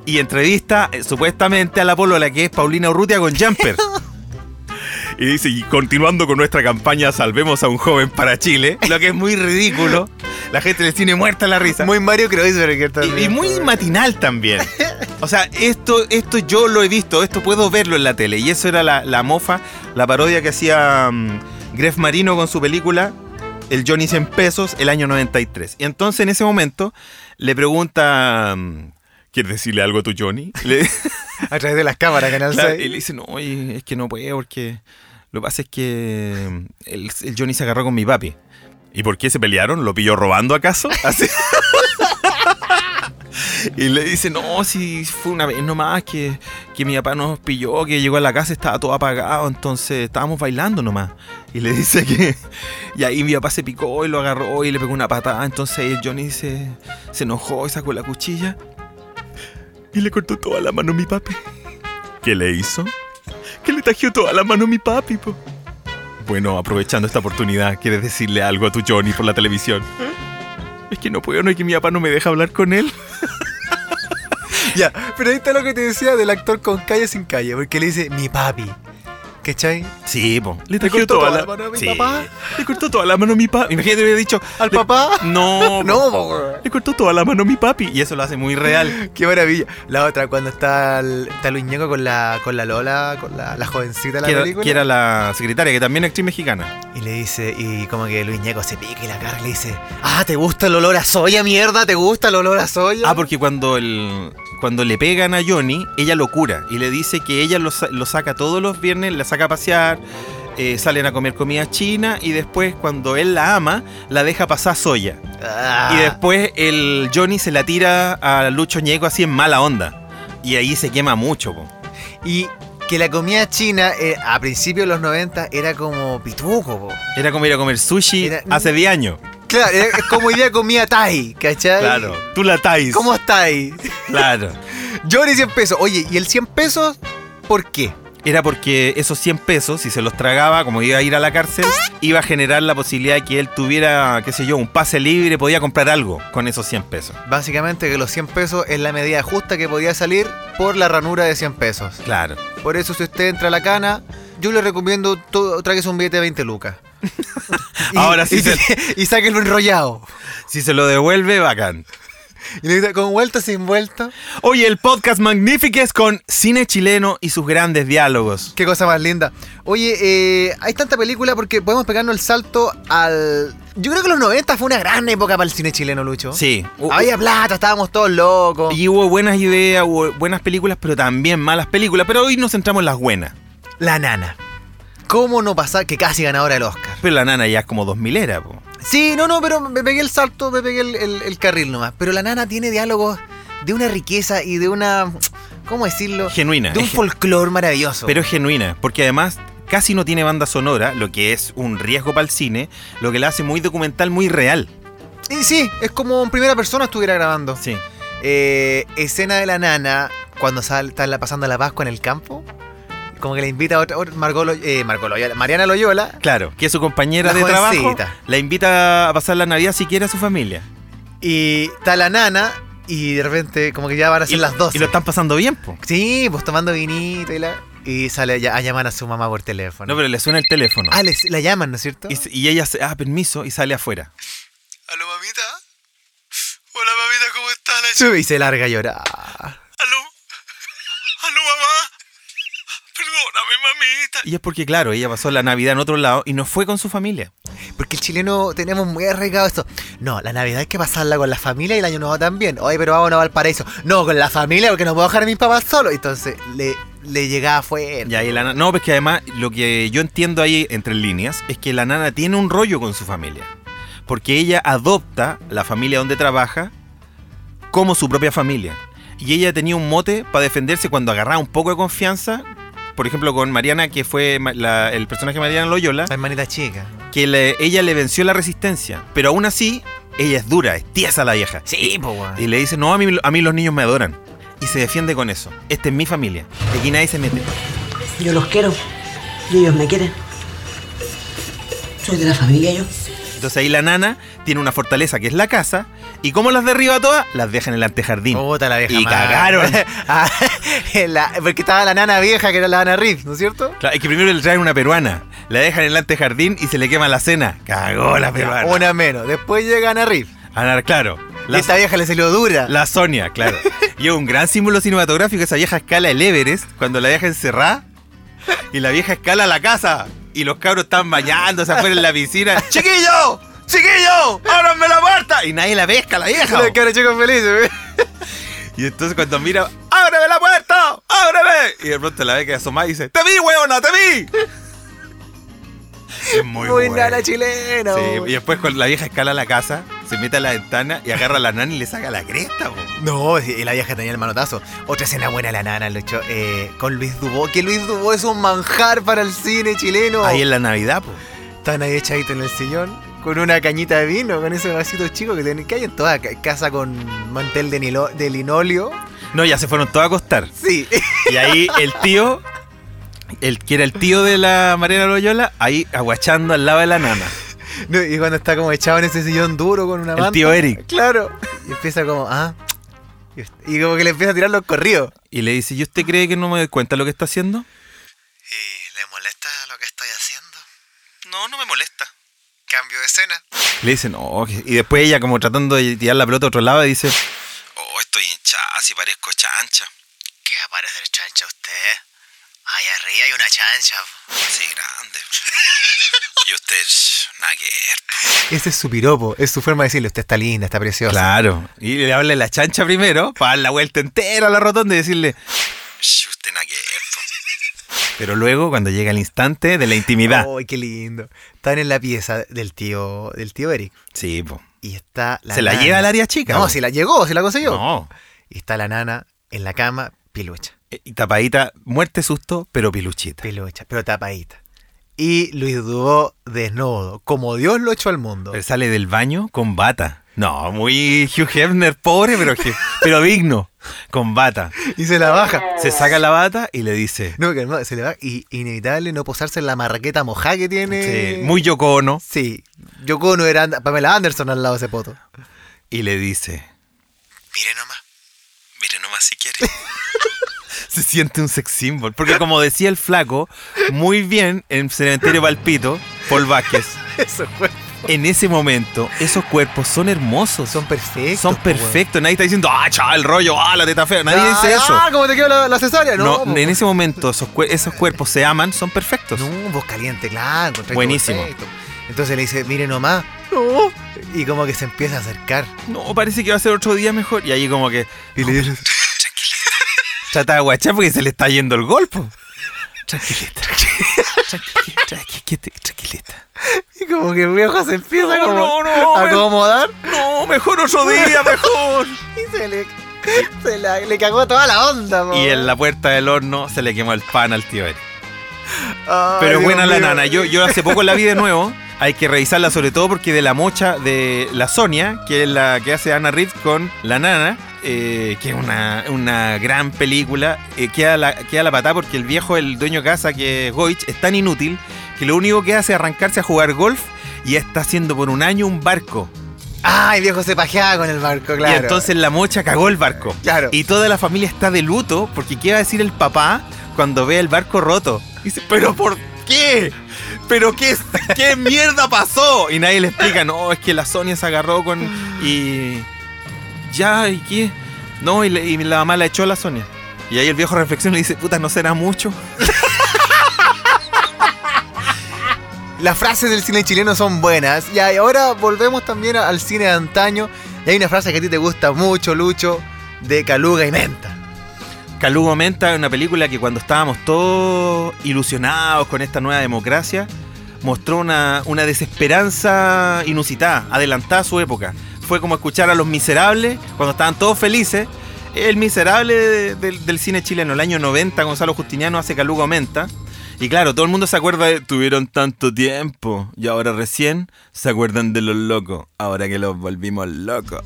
[SPEAKER 2] y entrevista eh, supuestamente a la polola que es Paulina Urrutia con Jumper. Y dice, y continuando con nuestra campaña Salvemos a un joven para Chile, lo que es muy ridículo. La gente le tiene muerta la risa.
[SPEAKER 1] Muy Mario Kreuzberger
[SPEAKER 2] Y-
[SPEAKER 1] también.
[SPEAKER 2] Y, muy matinal también. O sea, esto, esto yo lo he visto, esto puedo verlo en la tele. Y eso era la, la mofa, la parodia que hacía mm, Gref Marino con su película El Johnny 100 pesos, el año 93. Y entonces en ese momento le pregunta, mm, ¿quieres decirle algo a tu Johnny? Le-
[SPEAKER 1] A través de las cámaras, Canal
[SPEAKER 2] Claro,
[SPEAKER 1] 6.
[SPEAKER 2] y le dice, no, oye, es que no puede porque lo que pasa es que mm, el, el Johnny se agarró con mi papi. ¿Y por qué se pelearon? ¿Lo pilló robando acaso? Así. Y le dice, no, si fue una vez nomás que, que mi papá nos pilló, que llegó a la casa, estaba todo apagado, entonces estábamos bailando nomás. Y le dice que... Y ahí mi papá se picó y lo agarró y le pegó una patada, entonces el Johnny se, se enojó y sacó la cuchilla y le cortó toda la mano a mi papi. ¿Qué le hizo? Que le tajió toda la mano a mi papi, po. Bueno, aprovechando esta oportunidad, ¿quieres decirle algo a tu Johnny por la televisión?
[SPEAKER 1] ¿Eh?
[SPEAKER 2] Es que no puedo, no es que mi papá no me deja hablar con él.
[SPEAKER 1] Ya, pero ahí está lo que te decía del actor con calle o sin calle, porque le dice mi papi. ¿cachai?
[SPEAKER 2] Sí, po.
[SPEAKER 1] Le cortó toda la mano a mi papá.
[SPEAKER 2] Le cortó toda la mano a mi papi. Imagínate, le hubiera dicho.
[SPEAKER 1] ¿Al
[SPEAKER 2] le-
[SPEAKER 1] papá?
[SPEAKER 2] No,
[SPEAKER 1] No, po, weón.
[SPEAKER 2] Le cortó toda la mano a mi papi. Y eso lo hace muy real.
[SPEAKER 1] Qué maravilla. La otra, cuando está, el- está Luis Ñeco con la, con la Lola, con la, la jovencita de la
[SPEAKER 2] Que era,
[SPEAKER 1] película.
[SPEAKER 2] que era la secretaria, que también es actriz mexicana.
[SPEAKER 1] Y le dice, y como que Luis Ñeco se pica y la cara y le dice, ah, ¿te gusta el olor a soya, mierda? ¿Te gusta el olor a soya?
[SPEAKER 2] Ah, porque cuando el, cuando le pegan a Johnny, ella lo cura. Y le dice que ella lo, sa- lo saca todos los viernes, la saca a pasear. eh, salen a comer comida china y después cuando él la ama la deja pasar soya
[SPEAKER 1] Ah.
[SPEAKER 2] Y después el Johnny se la tira a Lucho Ñeco así en mala onda. Y ahí se quema mucho. po.
[SPEAKER 1] Y que la comida china eh, a principios de los 90 era como pituco, po.
[SPEAKER 2] Era como ir a comer sushi
[SPEAKER 1] Era-
[SPEAKER 2] hace 10 años.
[SPEAKER 1] Claro, era- es como hoy día comida Thai, ¿cachai?
[SPEAKER 2] Claro. Tú la tais.
[SPEAKER 1] ¿Cómo está ahí?
[SPEAKER 2] Claro.
[SPEAKER 1] Johnny 100 pesos. Oye, ¿y el 100 pesos por qué?
[SPEAKER 2] Era porque esos 100 pesos, si se los tragaba, como iba a ir a la cárcel, iba a generar la posibilidad de que él tuviera, qué sé yo, un pase libre, podía comprar algo con esos 100 pesos.
[SPEAKER 1] Básicamente que los 100 pesos es la medida justa que podía salir por la ranura de 100 pesos.
[SPEAKER 2] Claro.
[SPEAKER 1] Por eso si usted entra a la cana, yo le recomiendo to- tragues un billete de 20 lucas.
[SPEAKER 2] Ahora sí
[SPEAKER 1] Y, y sáquenlo enrollado.
[SPEAKER 2] Si se lo devuelve, bacán.
[SPEAKER 1] Y le dice, con vuelta, sin vuelta.
[SPEAKER 2] Oye, el podcast Magnifiques con cine chileno y sus grandes diálogos.
[SPEAKER 1] Qué cosa más linda. Oye, eh, hay tanta película porque podemos pegarnos el salto al... Yo creo que los 90 fue una gran época para el cine chileno, Lucho.
[SPEAKER 2] Sí. Uh,
[SPEAKER 1] Había plata, estábamos todos locos.
[SPEAKER 2] Y hubo buenas ideas, hubo buenas películas, pero también malas películas. Pero hoy nos centramos en las buenas.
[SPEAKER 1] La nana. ¿Cómo no pasar que casi ganadora del Oscar?
[SPEAKER 2] Pero la nana ya es como 2000 era, po.
[SPEAKER 1] Sí, no, no, pero me pegué el salto, me pegué el, el- el carril nomás. Pero la nana tiene diálogos de una riqueza y de una. ¿Cómo decirlo?
[SPEAKER 2] Genuina.
[SPEAKER 1] De un
[SPEAKER 2] es ge-
[SPEAKER 1] folclore maravilloso.
[SPEAKER 2] pero es genuina, porque además casi no tiene banda sonora, lo que es un riesgo para el cine, lo que la hace muy documental, muy real.
[SPEAKER 1] Y sí, es como en primera persona estuviera grabando.
[SPEAKER 2] Sí.
[SPEAKER 1] Eh, escena de la nana cuando sal, está la- pasando la Pascua en el campo. Como que le invita a otra. otra- Margot Lo- eh, Margot Loyola, Mariana Loyola.
[SPEAKER 2] Claro, que su compañera
[SPEAKER 1] La
[SPEAKER 2] de trabajo
[SPEAKER 1] jovencita.
[SPEAKER 2] la invita a pasar la Navidad siquiera a su familia.
[SPEAKER 1] Y está la nana. Y de repente, como que ya van a ser las 12.
[SPEAKER 2] Y lo están pasando bien, po.
[SPEAKER 1] Sí, pues tomando vinito y la. Y sale a, a llamar a su mamá por teléfono.
[SPEAKER 2] No, pero le suena el teléfono.
[SPEAKER 1] Ah, les- la llaman, ¿no es cierto?
[SPEAKER 2] Y, s- y ella se, ah, permiso, y sale afuera.
[SPEAKER 3] ¿Aló, mamita? Hola, mamita, ¿cómo estás? La ch-
[SPEAKER 1] Sube y se larga a llorar.
[SPEAKER 3] ¿Aló? ¿Aló, mamá? Perdóname, mamita.
[SPEAKER 2] Y es porque, claro, ella pasó la Navidad en otro lado y no fue con su familia.
[SPEAKER 1] Porque el chileno tenemos muy arraigado esto. No, la Navidad hay que pasarla con la familia y el año nuevo también. Oye, pero vámonos a Valparaíso. No, con la familia porque no puedo dejar a mis papás solos. Entonces le, le llegaba fue.
[SPEAKER 2] Ya, y la nana- No, pues que además lo que yo entiendo ahí entre líneas es que la nana tiene un rollo con su familia. Porque ella adopta la familia donde trabaja como su propia familia. Y ella tenía un mote para defenderse cuando agarraba un poco de confianza. Por ejemplo, con Mariana, que fue ma- la- el personaje de Mariana Loyola,
[SPEAKER 1] La hermanita chica.
[SPEAKER 2] que le- ella le venció la resistencia. Pero aún así, ella es dura, es tiesa la vieja.
[SPEAKER 1] Sí, pues,
[SPEAKER 2] Y le dice, no, a mí, a mí los niños me adoran. Y se defiende con eso. Esta es mi familia. Y aquí nadie se mete.
[SPEAKER 6] Yo los quiero y ellos me quieren. Soy de la familia yo.
[SPEAKER 2] Entonces ahí la nana tiene una fortaleza que es la casa. ¿Y cómo las derriba todas? Las dejan en el antejardín.
[SPEAKER 1] Puta la vieja.
[SPEAKER 2] Y
[SPEAKER 1] mala.
[SPEAKER 2] cagaron.
[SPEAKER 1] Ah, la- porque estaba la nana vieja que era la Ana Riff, ¿no es cierto?
[SPEAKER 2] Claro, es que primero le traen una peruana. La dejan en el antejardín y se le quema la cena. Cagó la peruana.
[SPEAKER 1] Una menos. Después llega Ana Riff.
[SPEAKER 2] Ana, claro.
[SPEAKER 1] Y
[SPEAKER 2] La,
[SPEAKER 1] esta vieja le salió dura.
[SPEAKER 2] la Sonia, claro. y es un gran símbolo cinematográfico esa vieja escala el Everest cuando la deja encerrada y la vieja escala la casa. Y los cabros están bañándose afuera en la piscina. ¡Chiquillo! ¡Chiquillo! ¡Ábranme la puerta! Y nadie la pesca, la vieja.
[SPEAKER 1] La cara de chico feliz, ¿eh?
[SPEAKER 2] Y entonces cuando mira, ¡ábreme la puerta! ¡Ábreme! Y de pronto la ve que asoma y dice, ¡Te vi, huevona, te vi! Es muy
[SPEAKER 1] Muy
[SPEAKER 2] bueno.
[SPEAKER 1] nana chilena.
[SPEAKER 2] Sí,
[SPEAKER 1] bo.
[SPEAKER 2] y después cuando la vieja escala a la casa, se mete a la ventana y agarra a la nana y le saca la cresta, po.
[SPEAKER 1] No, y la vieja tenía el manotazo. Otra escena buena de la nana, Lucho, eh, con Luis Dubó, que Luis Dubó es un manjar para el cine chileno.
[SPEAKER 2] Ahí en la Navidad, po.
[SPEAKER 1] Están ahí echaditos en el sillón, con una cañita de vino, con ese vasito chico que, tienen, que hay en toda ca- casa con mantel de, nilo- de linoleo.
[SPEAKER 2] No, ya se fueron todos a acostar.
[SPEAKER 1] Sí,
[SPEAKER 2] Y ahí el tío, el que era el tío de la Mariana Loyola, ahí aguachando al lado de la nana.
[SPEAKER 1] No, y cuando está como echado en ese sillón duro con una
[SPEAKER 2] El
[SPEAKER 1] manta.
[SPEAKER 2] tío Eric.
[SPEAKER 1] Claro. Y empieza como, ah. Y y como que le empieza a tirar los corridos.
[SPEAKER 2] Y le dice, ¿y usted cree que no me doy cuenta de lo que está haciendo?
[SPEAKER 3] ¿Y le molesta?
[SPEAKER 2] No, no me molesta.
[SPEAKER 1] Cambio de escena.
[SPEAKER 2] Le dicen, no. Y después ella, como tratando de tirar la pelota a otro lado, dice, Oh, estoy hinchada, si parezco chancha.
[SPEAKER 7] ¿Qué va a parecer chancha usted? Ahí arriba hay una chancha.
[SPEAKER 2] Sí, grande. y usted, nada que ver.
[SPEAKER 1] Ese es su piropo, es su forma de decirle, usted está linda, está preciosa.
[SPEAKER 2] Claro. Y le habla la chancha primero, para dar la vuelta entera a la rotonda y decirle, usted nada que ver, po". Pero luego, cuando llega el instante de la intimidad.
[SPEAKER 1] Ay, qué lindo. Están en la pieza del tío, del tío Eric.
[SPEAKER 2] Sí, po.
[SPEAKER 1] Y está la
[SPEAKER 2] Se la
[SPEAKER 1] nana.
[SPEAKER 2] lleva al área chica.
[SPEAKER 1] No,
[SPEAKER 2] po.
[SPEAKER 1] si la llegó, si la consiguió.
[SPEAKER 2] No. Eh,
[SPEAKER 1] Y está la nana en la cama, pilucha,
[SPEAKER 2] Y tapadita, muerte, susto, pero piluchita.
[SPEAKER 1] pilucha, pero tapadita. Y Luis Dubó desnudo, como Dios lo echó al mundo.
[SPEAKER 2] Pero sale del baño con bata. No, muy Hugh Hefner, pobre, pero, que- pero digno. Con bata.
[SPEAKER 1] Y se la baja.
[SPEAKER 2] Se saca la bata y le dice.
[SPEAKER 1] No, que no, se le va. Y inevitable no posarse en la marraqueta mojada que tiene.
[SPEAKER 2] sí, muy yocono.
[SPEAKER 1] Sí. Yo no era And- Pamela Anderson al lado de ese poto.
[SPEAKER 2] Y le dice.
[SPEAKER 7] Mire nomás.
[SPEAKER 2] Mire nomás si quiere. Se siente un sex symbol. Porque como decía el flaco, muy bien en Cementerio Palpito, Paul Vázquez.
[SPEAKER 1] Eso fue.
[SPEAKER 2] En ese momento, esos cuerpos son hermosos.
[SPEAKER 1] Son perfectos.
[SPEAKER 2] Son
[SPEAKER 1] po, weón.
[SPEAKER 2] perfectos. Nadie está diciendo, ah, chaval, el rollo, ah, la teta fea. Nadie
[SPEAKER 1] Ah,
[SPEAKER 2] dice eso.
[SPEAKER 1] Ah, como te quedó la, la cesárea,
[SPEAKER 2] No,
[SPEAKER 1] ¿no? po.
[SPEAKER 2] en ese momento esos, cuer- esos cuerpos se aman, son perfectos.
[SPEAKER 1] No, voz caliente, claro. encontré que
[SPEAKER 2] Buenísimo.
[SPEAKER 1] perfecto. Entonces le dice, mire nomás. Y como que se empieza a acercar.
[SPEAKER 2] No, parece que va a ser otro día mejor. Y ahí como que
[SPEAKER 1] Y le dice,
[SPEAKER 2] trata de guachar porque se le está yendo el golpe. Tranquilita. Tranquilita. Tranquilita. Tranquilita.
[SPEAKER 1] y como que el viejo se empieza
[SPEAKER 2] No,
[SPEAKER 1] como
[SPEAKER 2] no, no,
[SPEAKER 1] a
[SPEAKER 2] me-
[SPEAKER 1] acomodar.
[SPEAKER 2] No, mejor otro día, mejor.
[SPEAKER 1] Y se le, se la- le cagó toda la onda, po.
[SPEAKER 2] Y en la puerta del horno se le quemó el pan al tío Eric.
[SPEAKER 1] Ay,
[SPEAKER 2] Pero
[SPEAKER 1] Dios
[SPEAKER 2] buena la
[SPEAKER 1] mío.
[SPEAKER 2] nana. Yo, yo hace poco la vi de nuevo. Hay que revisarla sobre todo porque de la mocha de la Sonia, que es la que hace Ana Reed con la nana, eh, que es una, una gran película, eh, queda, la, queda la patada porque el viejo, el dueño de casa, que es Goich, es tan inútil que lo único que hace es arrancarse a jugar golf y ya está haciendo por un año un barco.
[SPEAKER 1] Ay, viejo se pajeaba con el barco, claro.
[SPEAKER 2] Y entonces la mocha cagó el barco.
[SPEAKER 1] Claro.
[SPEAKER 2] Y toda la familia está de luto porque ¿qué va a decir el papá cuando ve el barco roto? Dice, ¿pero por qué? ¿Pero qué, es- qué mierda pasó? Y nadie le explica, no, es que la Sonia se agarró con... Y... Ya, ¿y qué? No, y, le- y la mamá la echó a la Sonia. Y ahí el viejo reflexiona y dice, puta, ¿no será mucho?
[SPEAKER 1] Las frases del cine chileno son buenas. Ya, Y ahora volvemos también a- al cine de antaño. Y hay una frase que a ti te gusta mucho, Lucho, de Caluga y Menta.
[SPEAKER 2] Calugo Menta es una película que cuando estábamos todos ilusionados con esta nueva democracia, mostró una, una desesperanza inusitada, adelantada a su época. Fue como escuchar a los miserables cuando estaban todos felices. El miserable de- del- del cine chileno, el año 90, Gonzalo Justiniano hace Calugo Menta. Y claro, todo el mundo se acuerda de tuvieron tanto tiempo y ahora recién se acuerdan de los locos, ahora que los volvimos locos.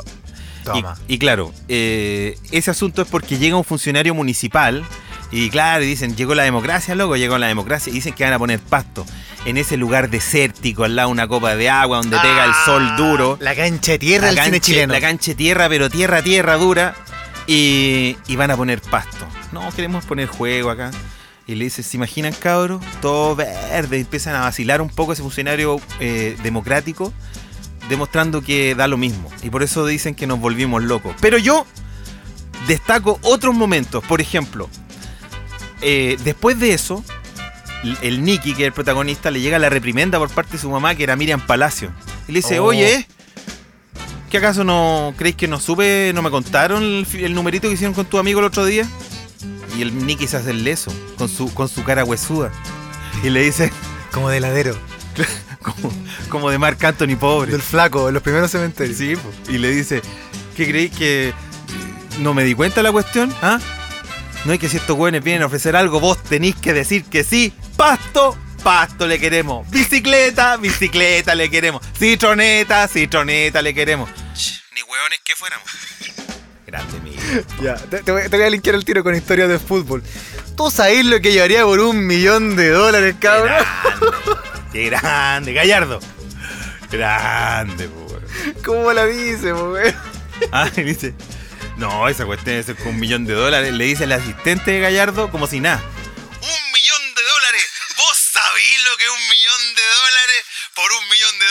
[SPEAKER 1] Toma.
[SPEAKER 2] Y, y claro, eh, ese asunto es porque llega un funcionario municipal y claro, dicen, llegó la democracia, loco, llegó la democracia y dicen que van a poner pasto en ese lugar desértico, al lado de una copa de agua donde pega el sol duro.
[SPEAKER 1] Ah, La cancha de tierra del
[SPEAKER 2] la
[SPEAKER 1] cine
[SPEAKER 2] cancha-
[SPEAKER 1] chileno.
[SPEAKER 2] la cancha de tierra, pero tierra, tierra dura. Y, y van a poner pasto. No, queremos poner juego acá. Y le dice, ¿se imaginan, cabros? Todo verde. Y Empiezan a vacilar un poco ese funcionario eh, democrático, demostrando que da lo mismo. Y por eso dicen que nos volvimos locos. Pero yo destaco otros momentos. Por ejemplo, eh, después de eso, l- el Nicky, que es el protagonista, le llega la reprimenda por parte de su mamá, que era Miriam Palacio. Y le dice,
[SPEAKER 1] Oh.
[SPEAKER 2] oye, ¿qué acaso no creéis que no supe, no me contaron el, fi- el numerito que hicieron con tu amigo el otro día? Y el Nicky se hace el leso, con su, con su cara huesuda. Y le dice,
[SPEAKER 1] Como de heladero.
[SPEAKER 2] como, como de Marc Anthony pobre.
[SPEAKER 1] Del flaco, en los primeros cementerios.
[SPEAKER 2] Sí, po. y le dice, ¿qué creéis que no me di cuenta de la cuestión? ¿Ah? No hay que si estos jóvenes vienen a ofrecer algo, vos tenéis que decir que sí. Pasto, pasto le queremos. Bicicleta, bicicleta le queremos. Citroneta, citroneta le queremos. Ni hueones que fuéramos. Grande mío.
[SPEAKER 1] Ya, te, te voy, te voy a linkear el tiro con historias de fútbol. ¿Tú sabés lo que yo haría por un millón de dólares,
[SPEAKER 2] Qué
[SPEAKER 1] cabrón?
[SPEAKER 2] grande. Qué grande, Gallardo. Grande, po, weón.
[SPEAKER 1] ¿Cómo la dice, po, weón?
[SPEAKER 2] Ah, y dice. No, esa cuestión es con un millón de dólares. Le dice el asistente de Gallardo como si nada.
[SPEAKER 3] ¡Un millón de dólares! ¿Vos sabés lo que es un millón de dólares?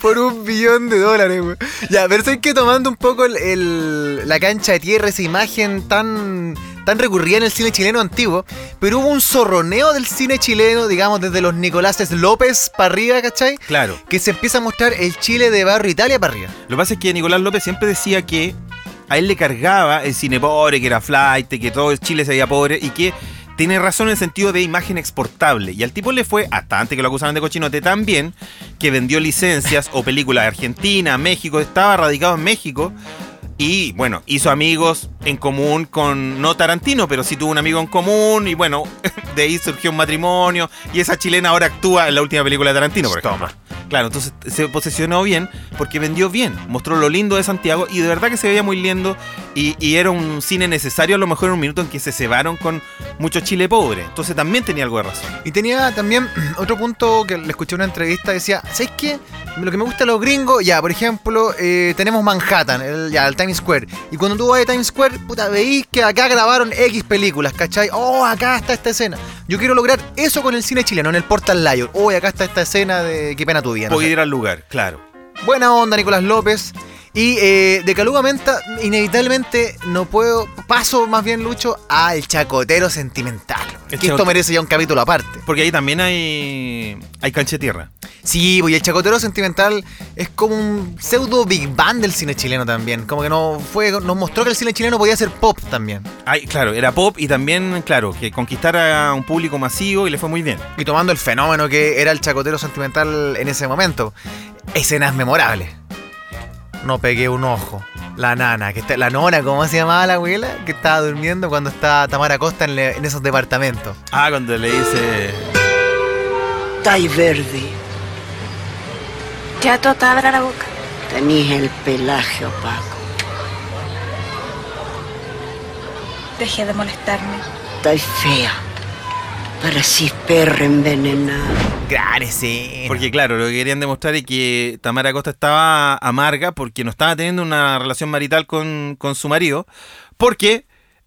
[SPEAKER 1] Por un billón de dólares, güey. Ya, pero sé que tomando un poco el, el- la cancha de tierra, esa imagen tan, tan recurrida en el cine chileno antiguo, pero hubo un zorroneo del cine chileno, digamos, desde los Nicoláses López para arriba, ¿cachai?
[SPEAKER 2] Claro.
[SPEAKER 1] Que se empieza a mostrar el Chile de barrio Italia para arriba.
[SPEAKER 2] Lo que pasa es que Nicolás López siempre decía que a él le cargaba el cine pobre, que era flight, que todo Chile se veía pobre y que tiene razón en el sentido de imagen exportable. Y al tipo le fue, hasta antes que lo acusaban de cochinote, tan bien que vendió licencias o películas de Argentina, México, estaba radicado en México. Y bueno, hizo amigos en común con, no Tarantino, pero sí tuvo un amigo en común. Y bueno, de ahí surgió un matrimonio. Y esa chilena ahora actúa en la última película de Tarantino, por ejemplo. Claro, entonces se posesionó bien porque vendió bien, mostró lo lindo de Santiago y de verdad que se veía muy lindo y, y era un cine necesario a lo mejor en un minuto en que se cebaron con mucho Chile pobre. Entonces también tenía algo de razón.
[SPEAKER 1] Y tenía también otro punto que le escuché en una entrevista, decía, ¿sabes qué? Lo que me gusta de los gringos, ya, por ejemplo, eh, tenemos Manhattan, el, ya, el Times Square. Y cuando tú vas a Times Square, puta, veís que acá grabaron X películas, ¿cachai? Oh, acá está esta escena. Yo quiero lograr eso con el cine chileno, en el Portal Lion. Oh, acá está esta escena de Qué pena tu vida. no
[SPEAKER 2] Podía
[SPEAKER 1] sé.
[SPEAKER 2] ir al lugar, claro.
[SPEAKER 1] Buena onda, Nicolás López. Y eh, de Caluga Menta, inevitablemente no puedo, paso más bien, Lucho, al chacotero sentimental.
[SPEAKER 2] El
[SPEAKER 1] que esto
[SPEAKER 2] chacote-
[SPEAKER 1] merece ya un capítulo aparte.
[SPEAKER 2] Porque ahí también hay, hay cancha de tierra.
[SPEAKER 1] Sí, pues y el chacotero sentimental es como un pseudo Big Bang del cine chileno también. Como que nos, fue, nos mostró que el cine chileno podía ser pop también.
[SPEAKER 2] Ay, claro, era pop y también, claro, que conquistara a un público masivo y le fue muy bien.
[SPEAKER 1] Y tomando el fenómeno que era el chacotero sentimental en ese momento. Escenas memorables. No pegué un ojo. La nana, que está, la nona, ¿cómo se llamaba la abuela? Que estaba durmiendo cuando estaba Tamara Costa en, le- en esos departamentos.
[SPEAKER 2] Ah, cuando le dice...
[SPEAKER 6] Estáis verde,
[SPEAKER 8] Ya tota abra la boca.
[SPEAKER 6] tenéis el pelaje opaco,
[SPEAKER 8] Deje de molestarme.
[SPEAKER 6] estáis fea, para si perra envenenada.
[SPEAKER 1] Gran escena.
[SPEAKER 2] Porque claro, lo que querían demostrar es que Tamara Costa estaba amarga porque no estaba teniendo una relación marital con, con su marido, porque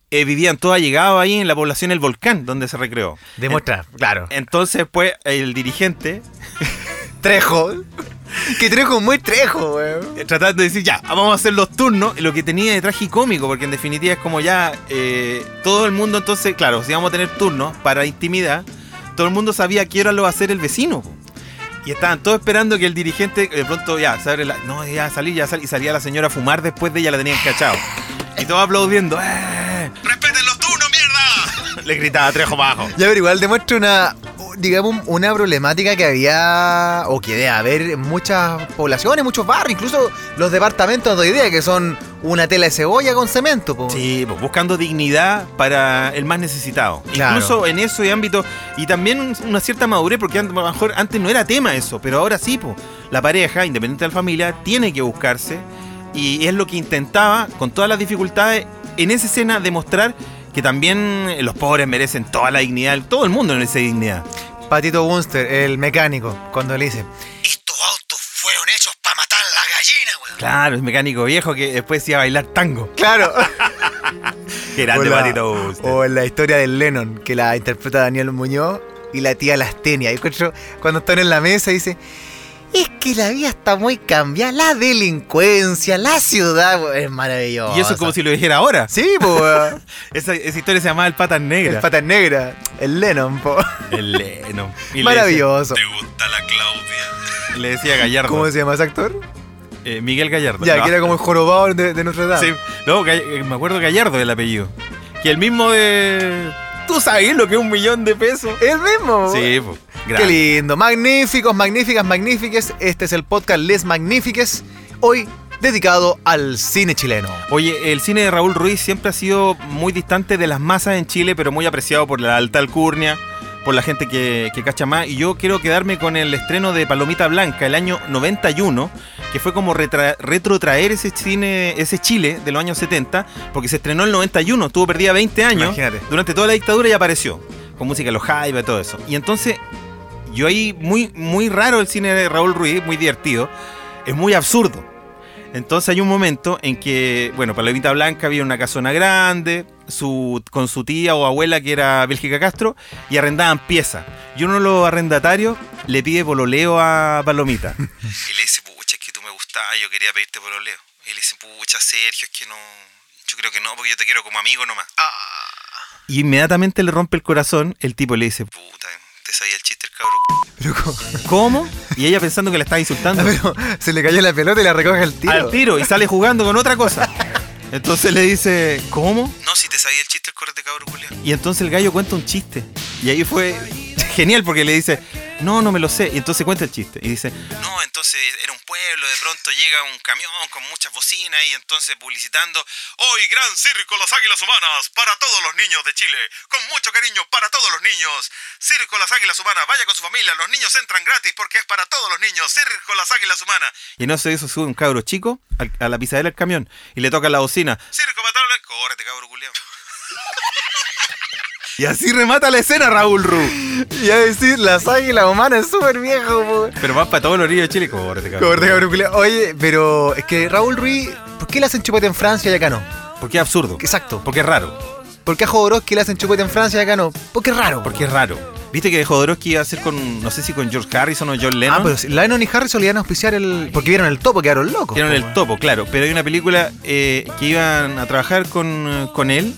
[SPEAKER 2] eh, vivían todos allegados ahí en la población El Volcán, donde se recreó.
[SPEAKER 1] Demuestra, claro.
[SPEAKER 2] Entonces, pues, el dirigente,
[SPEAKER 1] Trejo. que Trejo es muy Trejo, weón.
[SPEAKER 2] eh, tratando de decir, ya, vamos a hacer los turnos, y lo que tenía de tragicómico, porque en definitiva es como ya eh, todo el mundo, entonces, claro, si vamos a tener turnos para intimidad, todo el mundo sabía que hora lo va a hacer el vecino. po. Y estaban todos esperando que el dirigente, eh, de pronto ya, se abre la- no, ya salí, ya salí. Y salía la señora a fumar después de ella, la tenían cachado. Y todos aplaudiendo. ¡eh!
[SPEAKER 3] ¡Respeten los turnos, mierda!
[SPEAKER 2] Le gritaba Trejo bajo.
[SPEAKER 1] Ya, pero igual demuestra una, digamos, una problemática que había o que debe haber en muchas poblaciones, muchos barrios, incluso los departamentos de hoy día, que son una tela de cebolla con cemento, po.
[SPEAKER 2] Sí, pues, buscando dignidad para el más necesitado.
[SPEAKER 1] Claro.
[SPEAKER 2] Incluso en eso y ámbito. Y también un- una cierta madurez, porque an- a lo mejor antes no era tema eso, pero ahora sí, pues. La pareja, independiente de la familia, tiene que buscarse. Y es lo que intentaba, con todas las dificultades, en esa escena demostrar que también eh, los pobres merecen toda la dignidad. Todo el mundo merece dignidad.
[SPEAKER 1] Patito Bunster, el mecánico, cuando le dice,
[SPEAKER 7] Estos autos fueron hechos para matar la gallina, weón.
[SPEAKER 2] Claro, el mecánico viejo que después iba a bailar tango.
[SPEAKER 1] claro,
[SPEAKER 2] Qué grande,
[SPEAKER 1] Hola.
[SPEAKER 2] Patito Buster.
[SPEAKER 1] o en la historia del Lennon, que la interpreta Daniel Muñoz y la tía Lastenia. Y encuentro- cuando están en la mesa dice, es que la vida está muy cambiada, la delincuencia, la ciudad, weón, es maravilloso.
[SPEAKER 2] Y eso es como si lo dijera ahora.
[SPEAKER 1] Sí, pues.
[SPEAKER 2] Esa, esa historia se llamaba El Patas Negras.
[SPEAKER 1] El pata negra, el Lennon, po.
[SPEAKER 2] El Lennon. Y le
[SPEAKER 1] Maravilloso.
[SPEAKER 3] ¿Te gusta la Claudia?
[SPEAKER 2] decía- Le decía, Gallardo.
[SPEAKER 1] ¿Cómo se llama ese actor?
[SPEAKER 2] Eh, Miguel Gallardo.
[SPEAKER 1] Ya,
[SPEAKER 2] No.
[SPEAKER 1] que era como el jorobado de, de nuestra edad.
[SPEAKER 2] Sí. No, Gall- eh, me acuerdo Gallardo del apellido. Que el mismo de. ¿Tú sabes lo que es un millón de pesos?
[SPEAKER 1] El mismo.
[SPEAKER 2] Sí, pues.
[SPEAKER 1] Qué lindo. Magníficos, magníficas, magnífiques. Este es el podcast Les Magnífiques. Hoy dedicado al cine chileno.
[SPEAKER 2] Oye, el cine de Raúl Ruiz siempre ha sido muy distante de las masas en Chile, pero muy apreciado por la alta alcurnia, por la gente que, que cacha más. Y yo quiero quedarme con el estreno de Palomita Blanca, el año 91, que fue como retra- retrotraer ese cine, ese Chile de los años 70, porque se estrenó el 91, estuvo perdida 20 años.
[SPEAKER 1] Imagínate.
[SPEAKER 2] Durante toda la dictadura y apareció, con música de los Jaivas y todo eso. Y entonces, yo ahí, muy, muy raro el cine de Raúl Ruiz, muy divertido, es muy absurdo. Entonces hay un momento en que, bueno, Palomita Blanca había una casona grande, su, con su tía o abuela que era Bélgica Castro, y arrendaban piezas. Y uno de los arrendatarios le pide pololeo a Palomita.
[SPEAKER 3] Y le dice, pucha,
[SPEAKER 2] me gustaba, yo quería pedirte por oleo. Y le dice, pucha, Sergio, es que no. Yo creo que no, porque yo te quiero como amigo nomás. Y inmediatamente le rompe el corazón, el tipo le dice, puta, te sabía el chiste el cabrón. ¿Cómo? Y ella pensando que la estaba insultando.
[SPEAKER 1] Pero se le cayó la pelota y la recoge el tiro.
[SPEAKER 2] Al tiro y sale jugando con otra cosa. Entonces le dice, ¿cómo?
[SPEAKER 3] No, si te sabía el chiste el correte cabrón, Julián.
[SPEAKER 2] Y entonces el gallo cuenta un chiste. Y ahí fue genial porque le dice, no, no me lo sé. Y entonces cuenta el chiste. Y dice, no, entonces era un pueblo, de pronto llega un camión con muchas bocinas y entonces publicitando,
[SPEAKER 3] Hoy gran circo Las Águilas Humanas para todos los niños de Chile. Con mucho cariño para todos los niños. Circo Las Águilas Humanas, vaya con su familia, los niños entran gratis porque es para todos los niños. Circo Las Águilas Humanas.
[SPEAKER 2] y no se hizo sube un cabro chico al- a la pisadera del camión y le toca la bocina.
[SPEAKER 3] Circo mataron al... Córrete cabrón, Julián.
[SPEAKER 2] Y así remata la escena, Raúl Ru.
[SPEAKER 1] Y a decir, las águilas humanas es súper viejo, po.
[SPEAKER 2] Pero más para todos los niños de Chile, cóbrate, cabrón.
[SPEAKER 1] Cobarde, cabrón, culiao. Oye, pero es que Raúl Ruiz, ¿por qué le hacen chupete en Francia y acá no?
[SPEAKER 2] Porque es absurdo.
[SPEAKER 1] Exacto.
[SPEAKER 2] Porque es raro.
[SPEAKER 1] ¿Por qué a Jodorowsky le hacen chupete en Francia y acá no? Porque es raro.
[SPEAKER 2] Porque es raro. Viste que Jodorowsky iba a hacer con, no sé si con George Harrison o John Lennon.
[SPEAKER 1] Ah, pero si Lennon y Harrison le iban a auspiciar el. Porque vieron el topo, quedaron locos.
[SPEAKER 2] Hicieron
[SPEAKER 1] po,
[SPEAKER 2] el
[SPEAKER 1] weón.
[SPEAKER 2] topo, claro. Pero hay una película eh, que iban a trabajar con, eh, con él.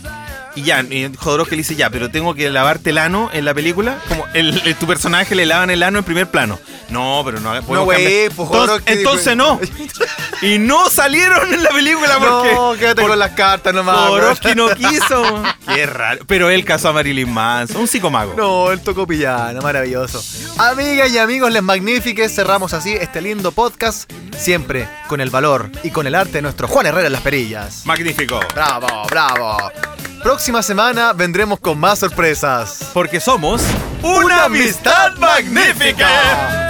[SPEAKER 2] Y ya, y Jodorowsky le dice, ya, pero tengo que lavarte el ano en la película. Como el, el- tu personaje le lavan el ano en primer plano. No, pero no haga- podemos
[SPEAKER 1] wey,
[SPEAKER 2] cambiar.
[SPEAKER 1] pues,
[SPEAKER 2] entonces,
[SPEAKER 1] Jodorowsky
[SPEAKER 2] entonces no. Y no salieron en la película porque...
[SPEAKER 1] No, quédate con las cartas nomás.
[SPEAKER 2] Jodorowsky
[SPEAKER 1] weón.
[SPEAKER 2] no quiso. Qué raro. Pero él casó a Marilyn Manson, un psicomago.
[SPEAKER 1] No, el tocopillano, maravilloso. Amigas y amigos, les magnifiques, cerramos así este lindo podcast, siempre con el valor y con el arte de nuestro Juan Herrera en las perillas.
[SPEAKER 2] Magnífico.
[SPEAKER 1] Bravo, bravo. Próxima semana vendremos con más sorpresas.
[SPEAKER 2] Porque somos una amistad magnífica.